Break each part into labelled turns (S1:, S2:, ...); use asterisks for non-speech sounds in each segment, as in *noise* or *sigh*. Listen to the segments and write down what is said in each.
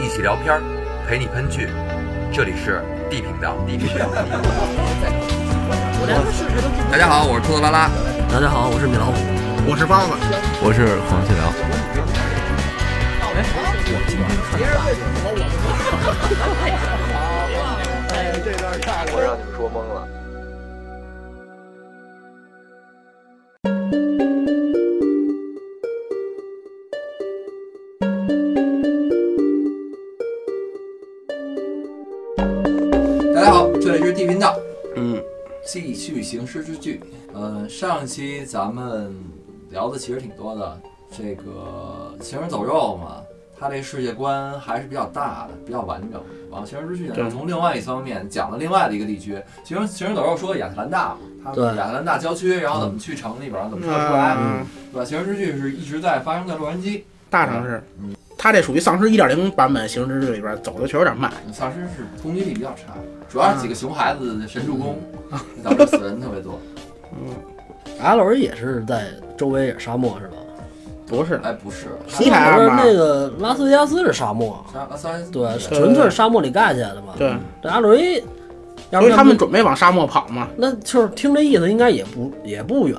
S1: 一起聊片儿，陪你喷剧。这里是 D 频道，D 频道。大家好，我是兔子拉拉。
S2: 大家好，我是米老虎。
S3: 我是包子，
S4: 我是黄细辽。
S3: 我让你们说懵了。
S1: 大家好，这里是 D 频道，
S2: 嗯，
S1: 继续行尸之剧。嗯，上期咱们聊的其实挺多的，这个行尸走肉嘛，它这世界观还是比较大的，比较完整。然后行尸之剧呢，
S2: 对
S1: 从另外一方面讲了另外的一个地区。行尸行尸走肉说的亚特兰大嘛，它
S2: 对
S1: 亚特兰大郊区，然后怎么去城里边，怎么车出来，
S3: 嗯，
S1: 对吧？行尸之剧是一直在发生在洛杉矶，
S3: 大城市，
S2: 嗯
S3: 它这属于丧尸一点零版本《行尸志》里边走的确实有点慢。
S1: 丧尸是攻击力比较差，主要是
S2: 嗯
S1: 几个熊孩子的神助攻， *laughs* 导致死人特别多。
S3: 嗯，
S2: 阿老师也是在周围也是沙漠是吧？
S3: 不是
S1: 哎，不是，
S3: 西海岸
S2: 不是
S3: 吧？
S2: 那个拉斯维加斯是沙漠，
S1: 三啊三
S2: 对，
S3: 对
S2: 纯粹是沙漠里盖起来的嘛。
S3: 对，
S2: 这阿雷，
S3: 所
S2: 要不
S3: 以他们准备往沙漠跑嘛，
S2: 那就是听这意思，应该也不也不远。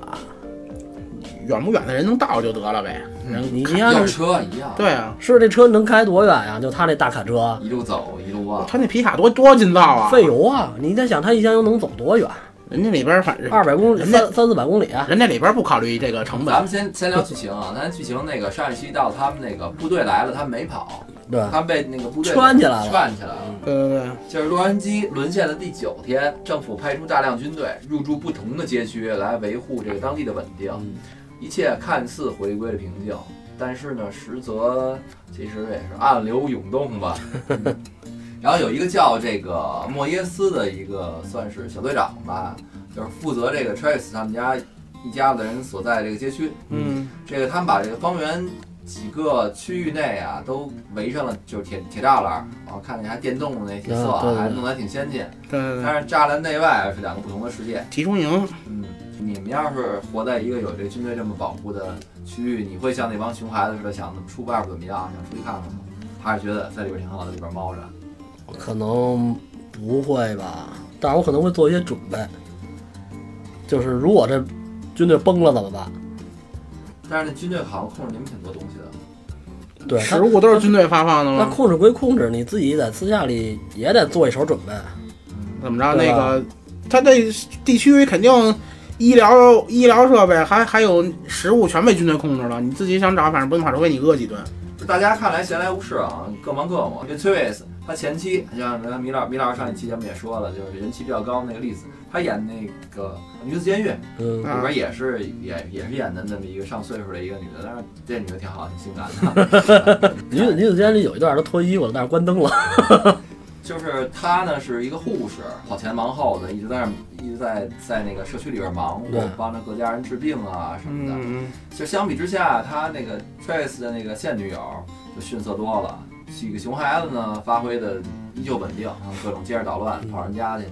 S3: 远不远的人能到就得了呗。人
S2: 嗯你你
S1: 要
S2: 看
S1: 车一样，
S3: 对啊，
S2: 是这车能开多远呀、就他那大卡车，
S1: 一路走一路望。
S3: 他那皮卡多多劲造啊！
S2: 费油啊！你在想他一箱油能走多远？
S3: 人家里边反正
S2: 二百公里，
S3: 人家
S2: 三三四百公里。啊
S3: 人家里边不考虑这个成
S1: 咱
S3: 本，
S1: 们先先聊剧情啊，咱剧情那个上一期到他们那个部队来了，他们没跑，
S2: 对，
S1: 他们被那个部队
S2: 嗯圈起来了
S1: 圈起来了。
S3: 对对对，
S1: 就是洛杉矶沦陷的第九天，政府派出大量军队入驻不同的街区，来维护这个当地的稳定。
S3: 嗯
S1: 一切看似回归了平静，但是呢，实则其实也是暗流涌动吧。 *laughs* 然后有一个叫这个莫耶斯的一个算是小队长吧，就是负责这个 Trace 他们家一家子人所在这个街区。
S3: 嗯，
S1: 这个他们把这个方圆几个区域内啊都围上了，就是铁铁栅栏。啊，看那还电动的那铁丝
S2: 啊对
S1: 网，
S2: 对
S1: 还
S2: 对
S1: 弄得还挺先进。
S3: 对对对，
S1: 但是栅栏内外是两个不同的世界。
S3: 集中营，
S1: 嗯，你们要是活在一个有这军队这么保护的区域，你会像那帮熊孩子似的想怎么出外边怎么样，啊想出去看看吗？还是觉得在里边挺好的，里边猫着。
S2: 可能不会吧，但是我可能会做一些准备，就是如果这军队崩了怎么办？
S1: 但是那军队好像控制你们挺多东西的，
S2: 对，
S3: 食
S2: 他
S3: 物都是军队发放的
S2: 他
S3: 吗？
S2: 控制归控制，你自己在私下里也得做一手准备。
S3: 怎么着？
S2: 对啊
S3: 那
S2: 吧
S3: 个他这地区肯定医疗医疗设备还还有食物全被军队控制了，你自己想找，反正不用跑，除非你饿几顿。
S1: 就大家看来闲来无事啊，各忙各活。因为崔维斯他前期像人家米老米老师上一期节目也说了，就是人气比较高那个例子，他演那个女子监狱
S2: 嗯，
S3: 啊
S1: 里边也是也也是演的那么一个上岁数的一个女的，但是这女的挺好，挺性感的。 *laughs*
S2: 女子女子间里有一段她脱衣服了，但是关灯了。 *laughs*
S1: 就是她呢是一个护士，跑前忙后的，一直在那儿一直在在那个社区里边忙活
S2: 对，
S1: 帮着各家人治病啊什么的。
S3: 嗯，
S1: 就相比之下，她那个 Trace 的那个现女友就逊色多了。几个熊孩子呢，发挥的依旧稳定，然后啊各种接着捣乱，跑人家去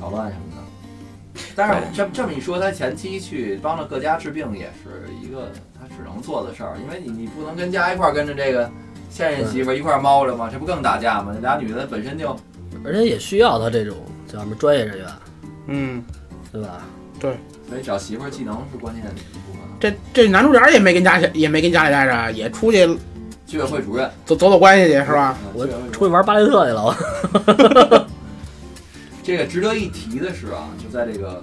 S1: 捣乱什么的。但是这这么一说，她前期去帮着各家治病也是一个她只能做的事儿，因为你你不能跟家一块儿跟着这个现任媳妇儿一块儿猫着嘛，这不更打架吗？这俩女的本身就
S2: 而且也需要她这种叫什么专业人员，
S3: 嗯，
S2: 对吧？
S1: 所以找媳妇儿技能是关键的一啊部分。
S3: 这这男主角也没跟家也没跟家里待着，啊也出去
S1: 居委会主任
S3: 走走走关系去是吧？？
S1: 嗯
S2: 我
S1: 居委会主
S2: 出
S1: 任
S2: 去玩巴雷特去了， *laughs* 我
S1: 这个值得一提的是啊，就在这个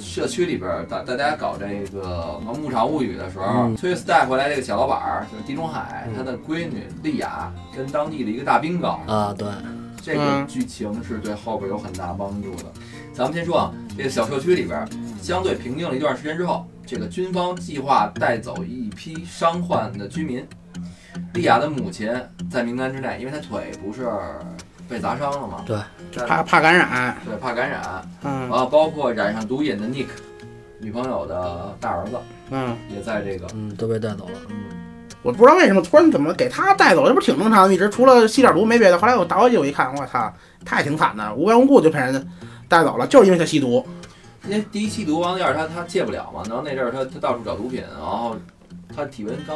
S1: 社区里边儿，大大家搞这个《牧场物语》的时候，
S2: 嗯
S1: 崔斯带回来这个小老板儿就是地中海，他的闺女莉亚跟当地的一个大兵搞，
S2: 啊，对，
S1: 这个剧情是对后边有很大帮助的。咱们先说啊，这个小社区里边儿相对平静了一段时间之后，这个军方计划带走一批伤患的居民。莉亚的母亲在名单之内，因为她腿不是被砸伤了吗？
S2: 对
S1: 但，
S3: 怕怕感染，
S1: 对怕感染，然
S3: 嗯
S1: 后包括染上毒瘾的 Nick，女朋友的大儿子
S3: 嗯，
S1: 也在这个。
S2: 嗯，都被带走了。
S3: 我不知道为什么突然怎么给他带走，这不是挺正常的，一直除了吸点毒没别的。后来我倒回去我一看，我操，他也挺惨的，无缘无故就被人带走了，就是因为他吸毒。
S1: 因为第一期毒王第二他他戒不了嘛，然后那阵儿他他到处找毒品，然后他体温高，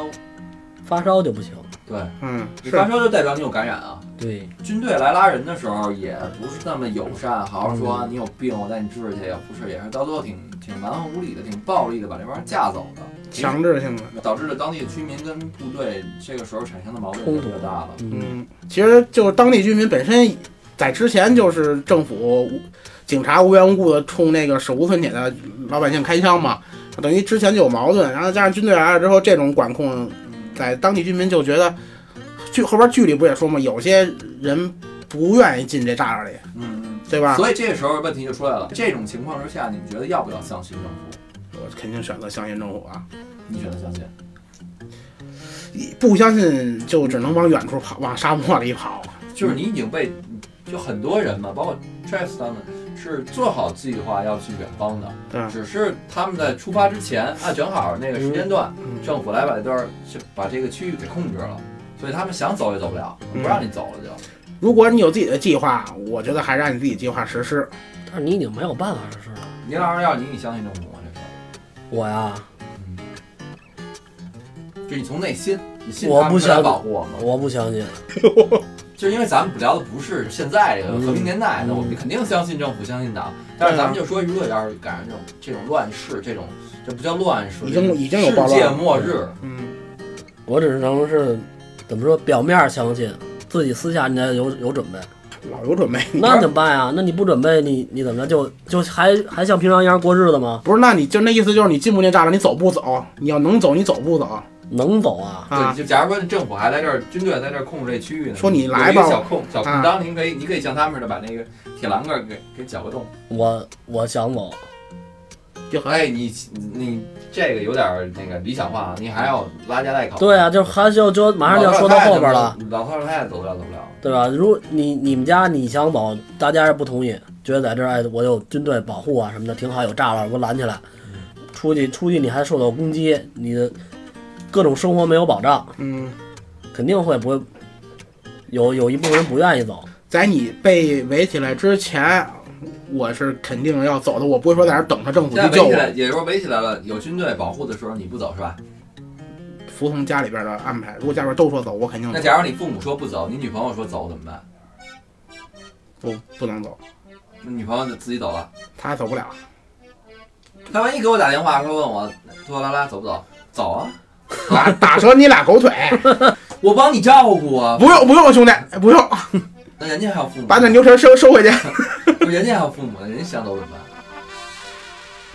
S2: 发烧就不行。
S1: 对
S3: 嗯，
S1: 你
S3: 是
S1: 发烧就代表你有感染啊。
S2: 对，
S1: 军队来拉人的时候也不是那么友善，好好说啊
S3: 嗯
S1: 你有病我带你治去，也不是，也是到最后挺挺蛮横无理的，挺暴力的把这帮人架走的，
S3: 强制性的。
S1: 导致了当地的居民跟部队这个时候产生的矛盾就比较大了。
S2: 嗯，
S3: 嗯，其实就是当地居民本身在之前就是政府无、警察无缘无故的冲那个手无寸铁的老百姓开枪嘛，等于之前就有矛盾，然后加上军队来了之后，这种管控在当地居民就觉得，剧后边剧里不也说嘛，有些人不愿意进这栅栏里，
S1: 嗯嗯。
S3: 对吧？
S1: 所以这个时候问题就出来了，这种情况之下，你们觉得要不要相信政府？
S3: 我肯定选择相信政府啊，
S1: 你选择相信？
S3: 不相信就只能往远处跑，往沙漠里跑。
S1: 就是你已经被，就很多人嘛，包括 Travis 他们是做好计划要去远方的，
S3: 对
S1: 只是他们在出发之前啊，正好那个时间段，
S3: 嗯
S1: 政府来把这段儿就把这个区域给控制了，所以他们想走也走不了，
S3: 嗯
S1: 不让你走了就。
S3: 如果你有自己的计划，我觉得还是按你自己计划实施。
S2: 但是你已经没有办法的事了。
S1: 你老师要你，你相信政府吗？这事儿，
S2: 我呀，
S1: 就你从内心，你信
S2: 我
S1: 他
S2: 不
S1: 们是
S2: 相
S1: 来
S2: 信
S1: 保护我吗？
S2: 我不相信。
S1: 就是因为咱们聊的不是现在这个
S2: 嗯
S1: 和平年代的，
S2: 嗯
S1: 我们肯定相信政府、相信党。但是
S3: 对啊
S1: 咱们就说，如果要是赶上这种这种乱世，这种这不叫乱世，
S3: 已经已经有暴
S1: 世
S3: 乱
S1: 界末日。
S3: 嗯，
S2: 我只能是怎么说，表面相信，自己私下你得有有准备。
S3: 老有准备。
S2: 那怎么办呀？那你不准备，你你怎么着就就还还像平常一样过日子吗？
S3: 不是，那你就那意思就是你进不进栅栏，你走不走？你要能走，你走不走
S2: 能走啊？
S1: 对，
S3: 啊？
S1: 就假如说政府还在这儿，军队在这儿控制这区域呢，
S3: 说你
S1: 有
S3: 来
S1: 一个
S3: 吧
S1: 小空小空
S3: 啊
S1: 当，您可以你可以像他们似的把那个铁栏杆儿给给搅个洞。
S2: 我我想走，
S1: 就哎，你你这个有点儿那个理想化，啊你还要拉家带口。
S2: 对啊，就还就就马上就要说到后边了，，
S1: 老头老太太走不了，走不了。
S2: 对吧？如你你们家你想走，大家也不同意，觉得在这儿哎，我有军队保护啊什么的，挺好，有栅栏给我拦起来，出去出去你还受到攻击，你的各种生活没有保障，
S3: 嗯，
S2: 肯定会不会有有一部分人不愿意走。
S3: 在你被围起来之前，我是肯定要走的，我不会说在那儿等着政府
S1: 现在
S3: 去
S1: 围
S3: 救
S1: 起
S3: 我，
S1: 来，也就是说围起来了，有军队保护的时候你不走是吧？
S3: 服从家里边的安排。如果家里边都说走，我肯定
S1: 那
S3: 走，
S1: 假如你父母说不走，你女朋友说走怎么办？
S3: 不不能走，
S1: 那女朋友就自己走了。
S3: 他走不了。
S1: 她万一给我打电话说问我拖拉拉走不走？走啊，
S3: *laughs* 打打折你俩狗腿，
S1: 我帮你照顾啊。
S3: 不用不用，兄弟，不用，
S1: 那人家还有父母，
S3: 把那牛蹄儿收收回去。
S1: 人家还有父母呢，人家想走怎么办？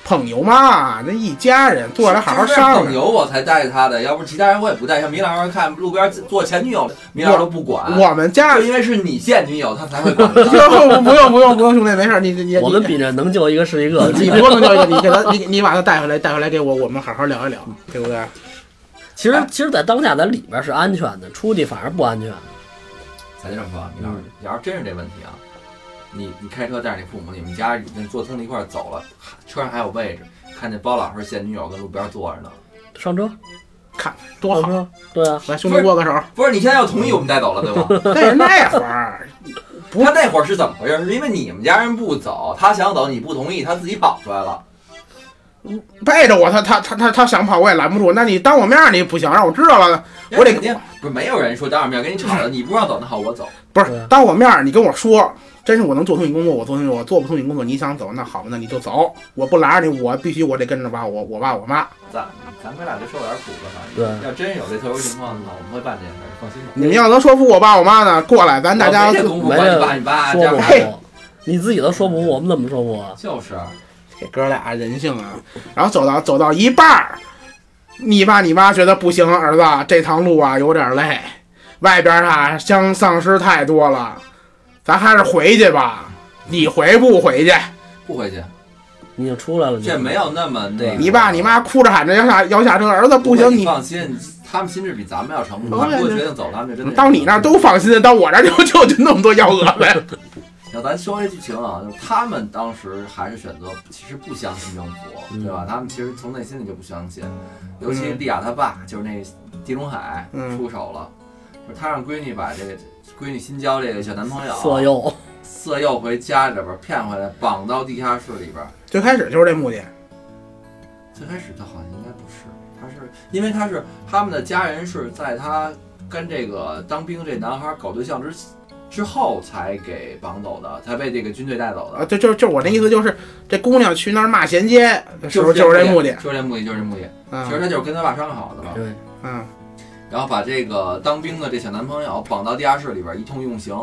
S3: 捧牛妈，那一家人坐下来好好商
S1: 朋
S3: 量。
S1: 友我才带着他的，要不其他人我也不带。像米老师看路边做前女友，米老师都不管。
S3: 我们家
S1: 就 *laughs* 因为是你现女友，他才会管
S3: *laughs* 不用不用不用不用，兄弟，没事儿，你你你
S2: 我们比着能救一个是一个，
S3: 你多能教一个，你给他，你你把他带回来，带回来给我，我们好好聊一聊，对不对？
S2: 其实，其实，在当下，咱里边是安全的，出去反而不安全。
S1: 咱就这么说，啊米老
S3: 嗯
S1: 师，要是真是这问题啊，你你开车带着你父母，你们家人坐通了一块儿走了，车上还有位置，看见包老师现女友跟路边坐着呢。
S2: 上车，
S3: 多
S2: 上
S3: 好！
S2: 车，对啊，
S3: 来，兄弟握个手。
S1: 不是，你现在要同意我们带走了，对吗？
S3: 但是那会儿，
S1: *laughs* 他那会儿是怎么回事？是因为你们家人不走，他想走，你不同意，他自己跑出来了。
S3: 背着我，他他他他他想跑，我也拦不住。那你当我面儿你不行，让我知道了，
S1: 因为
S3: 我得
S1: 肯定不是没有人说当着面跟你吵了，你不让走，那好，我走。
S3: 不
S2: 对啊
S3: 是当我面儿你跟我说，真是我能做通你工作，我做通你，我做不通你工作，你想走那好吧，那你就走，我不拦着你，我必须我得跟着吧，我我爸我妈。
S1: 咱咱哥俩就受点苦吧，反
S2: 对
S1: 正要真有这特殊情况的话，我们会办这件事儿，放心吧。
S3: 你们要能说服我爸我妈呢，过来，咱大家
S1: 我没这功夫
S2: 没
S1: 管
S2: 这
S1: 你爸你爸
S2: 说
S1: 家
S2: 不
S1: 伙
S3: 嘿
S2: 服，你自己都说不服，我们怎么说服啊？
S1: 就是
S3: 这哥俩人性啊。然后走到走到一半儿，你爸你妈觉得不行，儿子，这趟路啊有点累，外边儿啊相丧尸太多了，咱还是回去吧。你回不回去？
S1: 不回去，
S2: 你已经出来了，你
S1: 这没有那么那个。
S3: 你爸你妈哭着喊着要下要下车，儿子不
S1: 过
S3: 行，
S1: 你
S3: 你
S1: 放心，他们心智比咱们要成熟，
S3: 嗯
S1: 他们如果决定走，他们就真的
S3: 到你那儿都放心，到我这儿就就就那么多幺蛾 *laughs* 子。
S1: 那咱说回剧情啊，就是他们当时还是选择其实不相信政府，
S2: 嗯
S1: 对吧？他们其实从内心里就不相信，尤其利亚他爸就是那地中海
S3: 嗯
S1: 出手了，就是他让闺女把这个闺女新交这个小男朋友
S2: 色诱，
S1: 色诱回家里边儿骗回来，绑到地下室里边儿。
S3: 最开始就是这目的，
S1: 最开始他好像应该不是，他他是因为他是他们的家人是在他跟这个当兵这男孩搞对象之之后才给绑走的，才被这个军队带走
S3: 啊，
S1: 的。
S3: 对，就就我那意思就是，这姑娘去那儿骂衔接的时候，
S1: 就
S3: 就是这目的。
S1: 就是这目的，就是这目的。
S3: 嗯
S1: 其实他就是跟他爸商量好的嘛，
S2: 对，
S3: 嗯，
S1: 然后把这个当兵的这小男朋友绑到地下室里边一通用刑。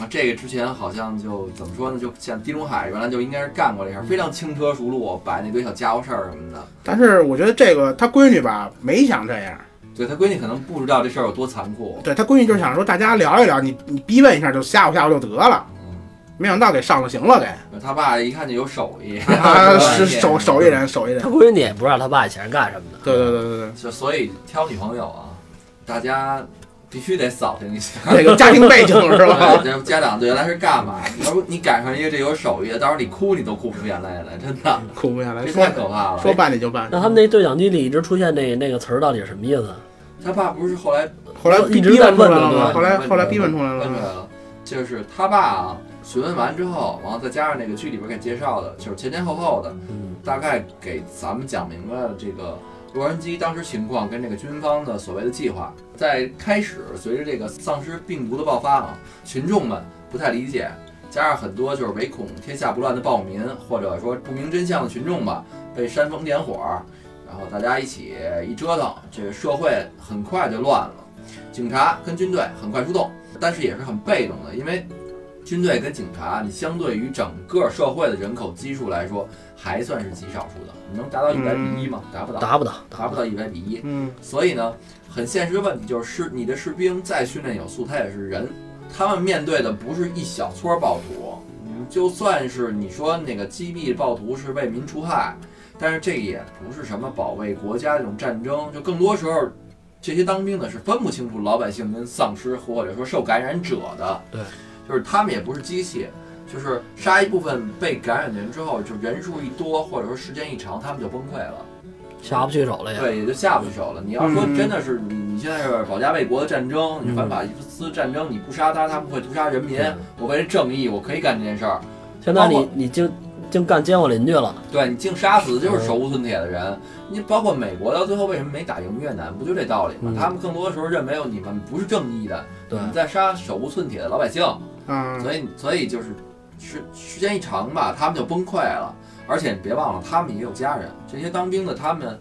S1: 啊，这个之前好像就怎么说呢？就像地中海原来就应该是干过这事儿，非常轻车熟路，把那堆小家伙事儿什么的。
S3: 但是我觉得这个她闺女吧，没想这样。
S1: 对他闺女可能不知道这事儿有多残酷。
S3: 对她闺女就是想说，大家聊一聊，你你逼问一下就吓唬吓唬就得了。
S1: 嗯，
S3: 没想到给上了
S1: *laughs*
S3: 刑了，给
S1: 他爸一看就 *laughs* 有手艺，
S3: 啊，是
S1: 对
S3: 手手艺，人，手艺
S1: *laughs*
S3: 人
S2: 他。闺女也不知道他爸以前是干什么的。
S3: 对对对对对。
S1: 就所以挑女朋友啊，大家必须得扫听一下。
S3: 这个家庭背景是
S1: *laughs*
S3: 吧？ *laughs*
S1: 对这家长对原来是干嘛？你要不你赶上一个这有手艺的，到时候你哭你都哭不出眼泪来，真的，
S3: 哭不下来，
S1: 这
S3: 哎说
S1: 太可怕了。
S3: 说办理就办理。
S2: 那他们那对讲机里一直出现那那个词儿，到底是什么意思？
S1: 他爸不是后来
S3: 后来逼
S2: 一直
S3: 逼
S2: 在
S3: 问出来
S2: 问
S3: 了
S2: 对
S3: 吗？
S2: 吧
S3: 后来后来逼问出来
S1: 问
S3: 了
S1: 出来
S3: 吗？
S1: 了，就是他爸啊，询问完之后，然后再加上那个剧里边给介绍的，就是前前后后的，
S2: 嗯，
S1: 大概给咱们讲明白了这个洛杉矶当时情况跟这个军方的所谓的计划。在开始，随着这个丧尸病毒的爆发啊，群众们不太理解，加上很多就是唯恐天下不乱的暴民，或者说不明真相的群众吧，被煽风点火，然后大家一起一折腾，这个社会很快就乱了。警察跟军队很快出动，但是也是很被动的，因为军队跟警察，你相对于整个社会的人口基数来说，还算是极少数的。你能达到一百比一吗？达不到，
S2: 达不到，
S1: 达不到一百比一。
S3: 嗯，
S1: 所以呢，很现实的问题就是，士你的士兵再训练有素，他也是人，他们面对的不是一小撮暴徒。嗯就算是你说那个击毙暴徒是为民除害，但是这也不是什么保卫国家的这种战争，就更多时候。这些当兵的是分不清楚老百姓跟丧尸，或者说受感染者的。
S2: 对，
S1: 就是他们也不是机器，就是杀一部分被感染的人之后，就人数一多，或者说时间一长，他们就崩溃了。
S2: 下不去手了也。
S1: 对，也就下不去手了。你要说
S3: 嗯
S1: 真的是你，你现在是保家卫国的战争，你
S2: 嗯
S1: 反法西斯战争，你不杀他，他们会屠杀人民。
S2: 嗯
S1: 我为了正义，我可以干这件事儿。
S2: 现在
S1: 包
S2: 你
S1: 括
S2: 你净净干街坊邻居了，
S1: 对你净杀死的
S2: 嗯
S1: 就是手无寸铁的人。你包括美国到最后为什么没打赢越南，不就这道理吗？
S2: 嗯
S1: 他们更多的时候认为哦你们不是正义的，你
S2: 对，
S1: 们在杀手无寸铁的老百姓。
S3: 啊，
S1: 所以，所以就是时时间一长吧，他们就崩溃了。而且你别忘了，他们也有家人，这些当兵的他们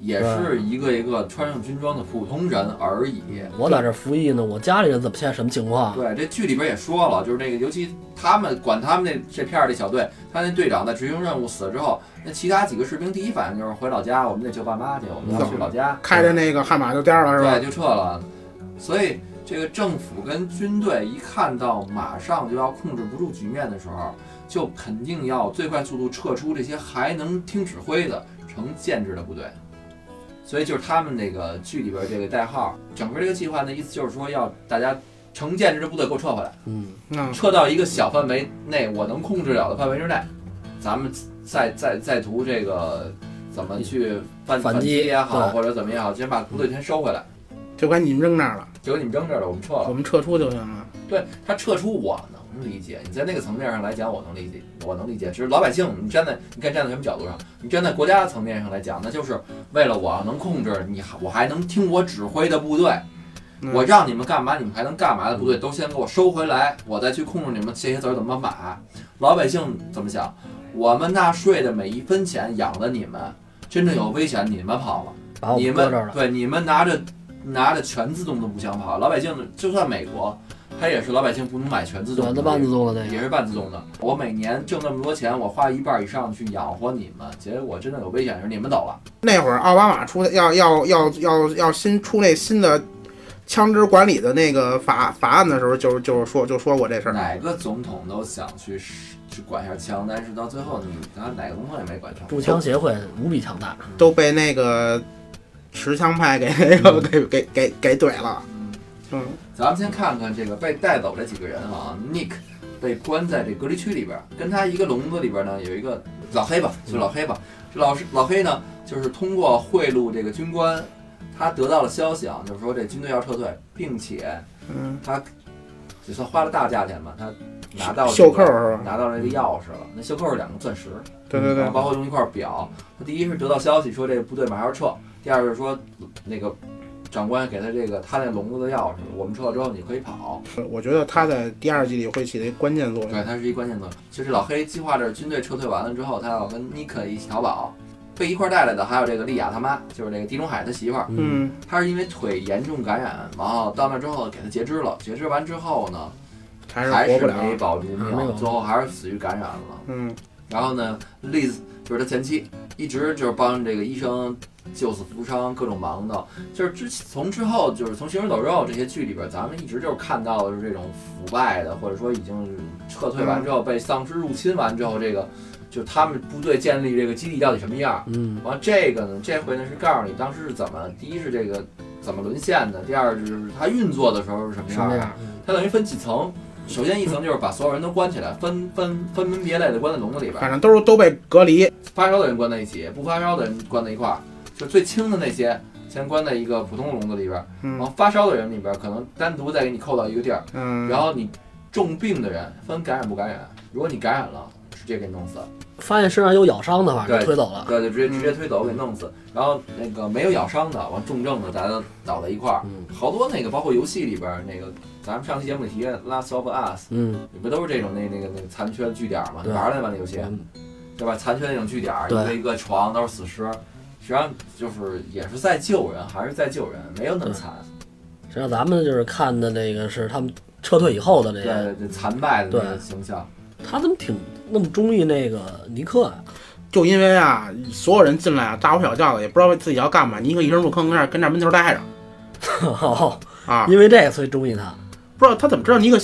S1: 也是一个一个穿上军装的普通人而已。
S2: 我在这儿服役呢，我家里人怎么现在什么情况？
S1: 对，这剧里边也说了，就是那个，尤其他们管他们那这片儿这小队，他那队长在执行任务死了之后，那其他几个士兵第一反应就是回老家，我们得救爸妈去，我们要去老家，
S3: 开着那个悍马就颠儿了是吧？
S1: 对，就撤了。所以这个政府跟军队一看到马上就要控制不住局面的时候，就肯定要最快速度撤出这些还能听指挥的成建制的部队。所以就是他们那个剧里边这个代号，整个这个计划的意思就是说要大家成建制的部队给我撤回来，
S2: 嗯，
S3: 嗯，
S1: 撤到一个小范围内我能控制了的范围之内，咱们再再再图这个怎么去反
S2: 反击
S1: 击也好，
S2: 对
S1: 或者怎么也好，先把部队全收回来。
S3: 就把你们扔那儿了，
S1: 结果你们扔这儿了，我们撤
S3: 我
S1: 了。
S3: 们撤出就行了。
S1: 对他撤出，我能理解。你在那个层面上来讲，我能理解，我能理解。只是老百姓，你站在你看站在什么角度上？你站在国家的层面上来讲，那就是为了我能控制你，我还能听我指挥的部队，
S3: 嗯
S1: 我让你们干嘛，你们还能干嘛的部队都先给我收回来，我再去控制你们这些词儿怎么买。老百姓怎么想？我们纳税的每一分钱养的你们，真正有危险你们跑了。
S2: 把我
S1: 你
S2: 们搁
S1: 们
S2: 这儿了，
S1: 对你们拿着拿着全自动的步枪跑，老百姓的就算美国，它也是老百姓不能买全自动的，
S2: 对，那半自动了那
S1: 也
S2: 个，
S1: 是半自动的。我每年挣那么多钱，我花一半以上去养活你们，结果真的有危险时你们走了。
S3: 那会儿奥巴马出的要要要要要新出那新的枪支管理的那个法法案的时候，就就说就说过这事儿。
S1: 哪个总统都想去去管一下枪，但是到最后你他哪个总统也没管成。
S2: 步枪协会无比强大，
S3: 都被那个持枪派给那个给给给给怼了。
S1: 嗯，
S3: 嗯，
S1: 咱们先看看这个被带走这几个人啊，Nick 被关在这隔离区里边儿，跟他一个笼子里边儿呢有一个老黑吧，
S3: 嗯
S1: 就老黑吧，这老是老黑呢，就是通过贿赂这个军官，他得到了消息啊，就是说这军队要撤退，并且
S3: 嗯，
S1: 也算花了大价钱吧，他拿到了
S3: 袖
S1: 这
S3: 扣
S1: 个
S3: 是吧？
S1: 拿到了这个钥匙了，那袖扣是两个钻石，
S3: 对对
S1: 然
S3: 对
S1: 后，包括用一块表。他第一是得到消息说这个部队马上要撤，第二是说那个长官给他这个他那笼子的钥匙，我们撤了之后你可以跑，
S3: 是我觉得他在第二季里会起到一个关键作
S1: 对，
S3: 用。
S1: 它是一关键作用。就是老黑计划着军队撤退完了之后，他要跟尼克一起逃跑。被一块儿带来的还有这个莉亚他妈，就是这个地中海他媳妇儿，
S3: 嗯，
S1: 她是因为腿严重感染，然后到那之后给她截肢了。截肢完之后呢，
S3: 还是
S1: 还
S3: 活
S1: 是
S3: 不
S1: 没
S3: 了。
S1: 保住
S2: 还是没
S1: 命，
S2: 有
S1: 最后还是死于感染了。
S3: 嗯，
S1: 然后呢，Liz 就是他前妻，一直就是帮这个医生救死扶伤，各种忙的。就是之从之后，就是从《行尸走肉》这些剧里边，咱们一直就是看到的是这种腐败的，或者说已经撤退完之后被丧尸入侵完之后，这个就是他们部队建立这个基地到底什么样儿。
S2: 嗯，
S1: 完这个呢，这回呢是告诉你当时是怎么，第一是这个怎么沦陷的，第二就是它运作的时候是什么
S2: 是
S1: 样
S2: 那
S1: 儿的。
S2: 样。
S1: 它等于分几层，首先一层就是把所有人都关起来，分分分门别类的关在笼子里边儿
S3: 反。正都是都被隔离。
S1: 发烧的人关在一起，不发烧的人关在一块儿，就最轻的那些先关在一个普通的笼子里边儿，然
S3: 嗯
S1: 后发烧的人里边儿可能单独再给你扣到一个地儿，
S3: 嗯，
S1: 然后你重病的人分感染不感染，如果你感染了，直接给弄死，嗯
S2: 发现身上有咬伤的话，
S1: 对
S2: 就推走了。
S1: 对对，直接直接推走给弄死，然后那个没有咬伤的，完重症的咱都倒在一块儿，
S2: 嗯
S1: 好多那个包括游戏里边儿那个，咱们上期节目里提的《Last of Us》
S2: 嗯，
S1: 里边都是这种那那个那个残缺的据点儿嘛，你
S2: 对
S1: 玩了吗？那游戏？
S2: 嗯
S1: 对吧？残缺那种据点儿，一
S2: 对
S1: 个一个床都是死尸，实际上就是也是在救人，还是在救人，没有那么
S2: 对
S1: 惨。
S2: 实际上咱们就是看的那个是他们撤退以后的那
S1: 对
S2: 些，
S1: 对，残败的那个
S2: 对
S1: 形象，
S2: 他怎么挺那么中意那个尼克啊
S1: *laughs*
S2: 呀、
S3: 就因为啊，所有人进来啊，大呼小叫的，也不知道自己要干嘛，尼克一声不吭，跟那儿跟那儿闷头待着啊，
S2: 因为这个所以中意他。
S3: 不知道他怎么知道尼克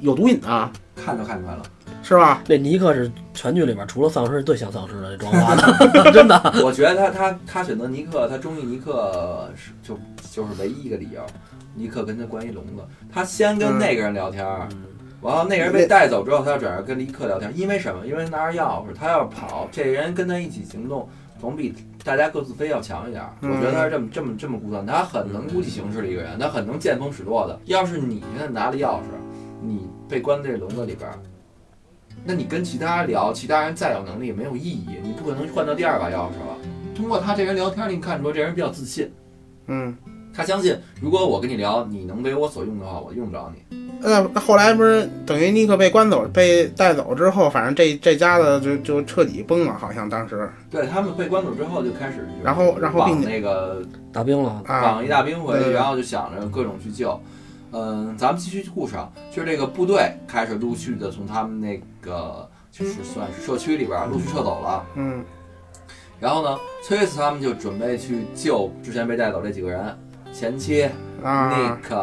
S3: 有毒瘾啊，
S1: 看都看出来了。 *laughs*
S3: 是吧？
S2: 那尼克是全剧里边除了丧尸最像丧尸的那妆花的， *laughs* 真的。
S1: 我觉得他他他选择尼克，他中意尼克是就就是唯一一个理由。尼克跟他关一笼子，他先跟
S3: 嗯
S1: 那个人聊天儿，完了那个人被带走之后，他要转而跟尼克聊天儿，因为什么？因为拿着钥匙，他要跑，这人跟他一起行动，总比大家各自飞要强一点儿。我
S3: 嗯
S1: 觉得他是这么这么这么估算，他很能估计形势的一个人，他很能见风使舵的。要是你现在拿了钥匙，你被关在这笼子里边儿，那你跟其他人聊，其他人再有能力也没有意义，你不可能换到第二把钥匙了。通过他这人聊天，你看出这人比较自信，
S3: 嗯，
S1: 他相信如果我跟你聊，你能为我所用的话，我用不着你。
S3: 那那后来不是等于尼克被关走、被带走之后，反正这这家子就就彻底崩了，好像当时
S1: 对他们被关走之后就开始就是
S3: 然后然后并
S1: 绑
S3: 且
S1: 那个
S2: 打兵了，
S3: 啊，
S1: 绑一大兵回
S3: 对
S1: 去，
S3: 对
S1: 然后就想着各种去救。嗯，咱们继续故事啊，就是这个部队开始陆续的从他们那个就是算是社区里边儿陆续撤走了。
S3: 嗯
S1: 然后呢，崔斯他们就准备去救之前被带走这几个人，前妻、
S3: 啊，
S1: Nick，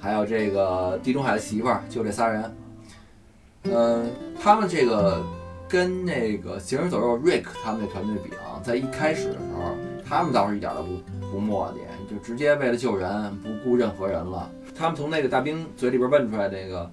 S1: 还有这个地中海的媳妇儿，就这仨人。嗯、他们这个跟那个《行尸走肉》Rick 他们那团队比啊，在一开始的时候，他们倒是一点都不不磨叽，就直接为了救人不顾任何人了。他们从那个大兵嘴里边问出来这个。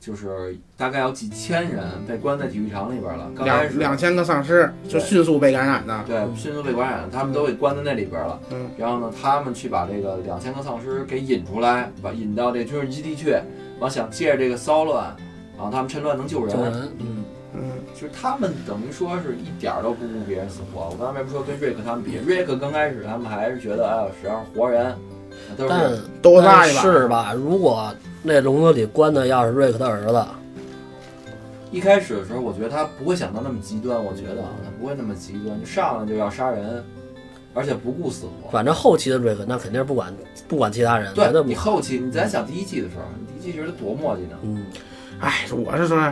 S1: 就是大概有几千人被关在体育场里边了。刚开
S3: 两
S1: 始
S3: 两千个丧尸就迅速被感染的，
S1: 对，迅速被感染，他们都给关在那里边了。
S3: 嗯，
S1: 然后呢，他们去把这个两千个丧尸给引出来，把引到这军事基地去，完想借着这个骚乱，然后他们趁乱能救
S2: 救
S1: 人。
S2: 人。嗯，
S3: 嗯，
S1: 就是他们等于说是一点儿都不顾别人死活。我刚才为什么说跟瑞克他们比？瑞克刚开始他们还是觉得，哎呦，只要是活人，都
S2: 但
S1: 是
S3: 都拉
S2: 但
S3: 一把，
S2: 是吧，如果那笼子里关的要是瑞克他儿子，
S1: 一开始的时候，我觉得他不会想到那么极端。我觉得啊，他不会那么极端，就上来就要杀人，而且不顾死活。
S2: 反正后期的瑞克那肯定是不管不管其他人，绝
S1: 对
S2: 对
S1: 你
S2: 不。
S1: 后期，你咱想第一季的时候，你第一季觉得多磨叽呢？
S2: 嗯，
S3: 哎，我是说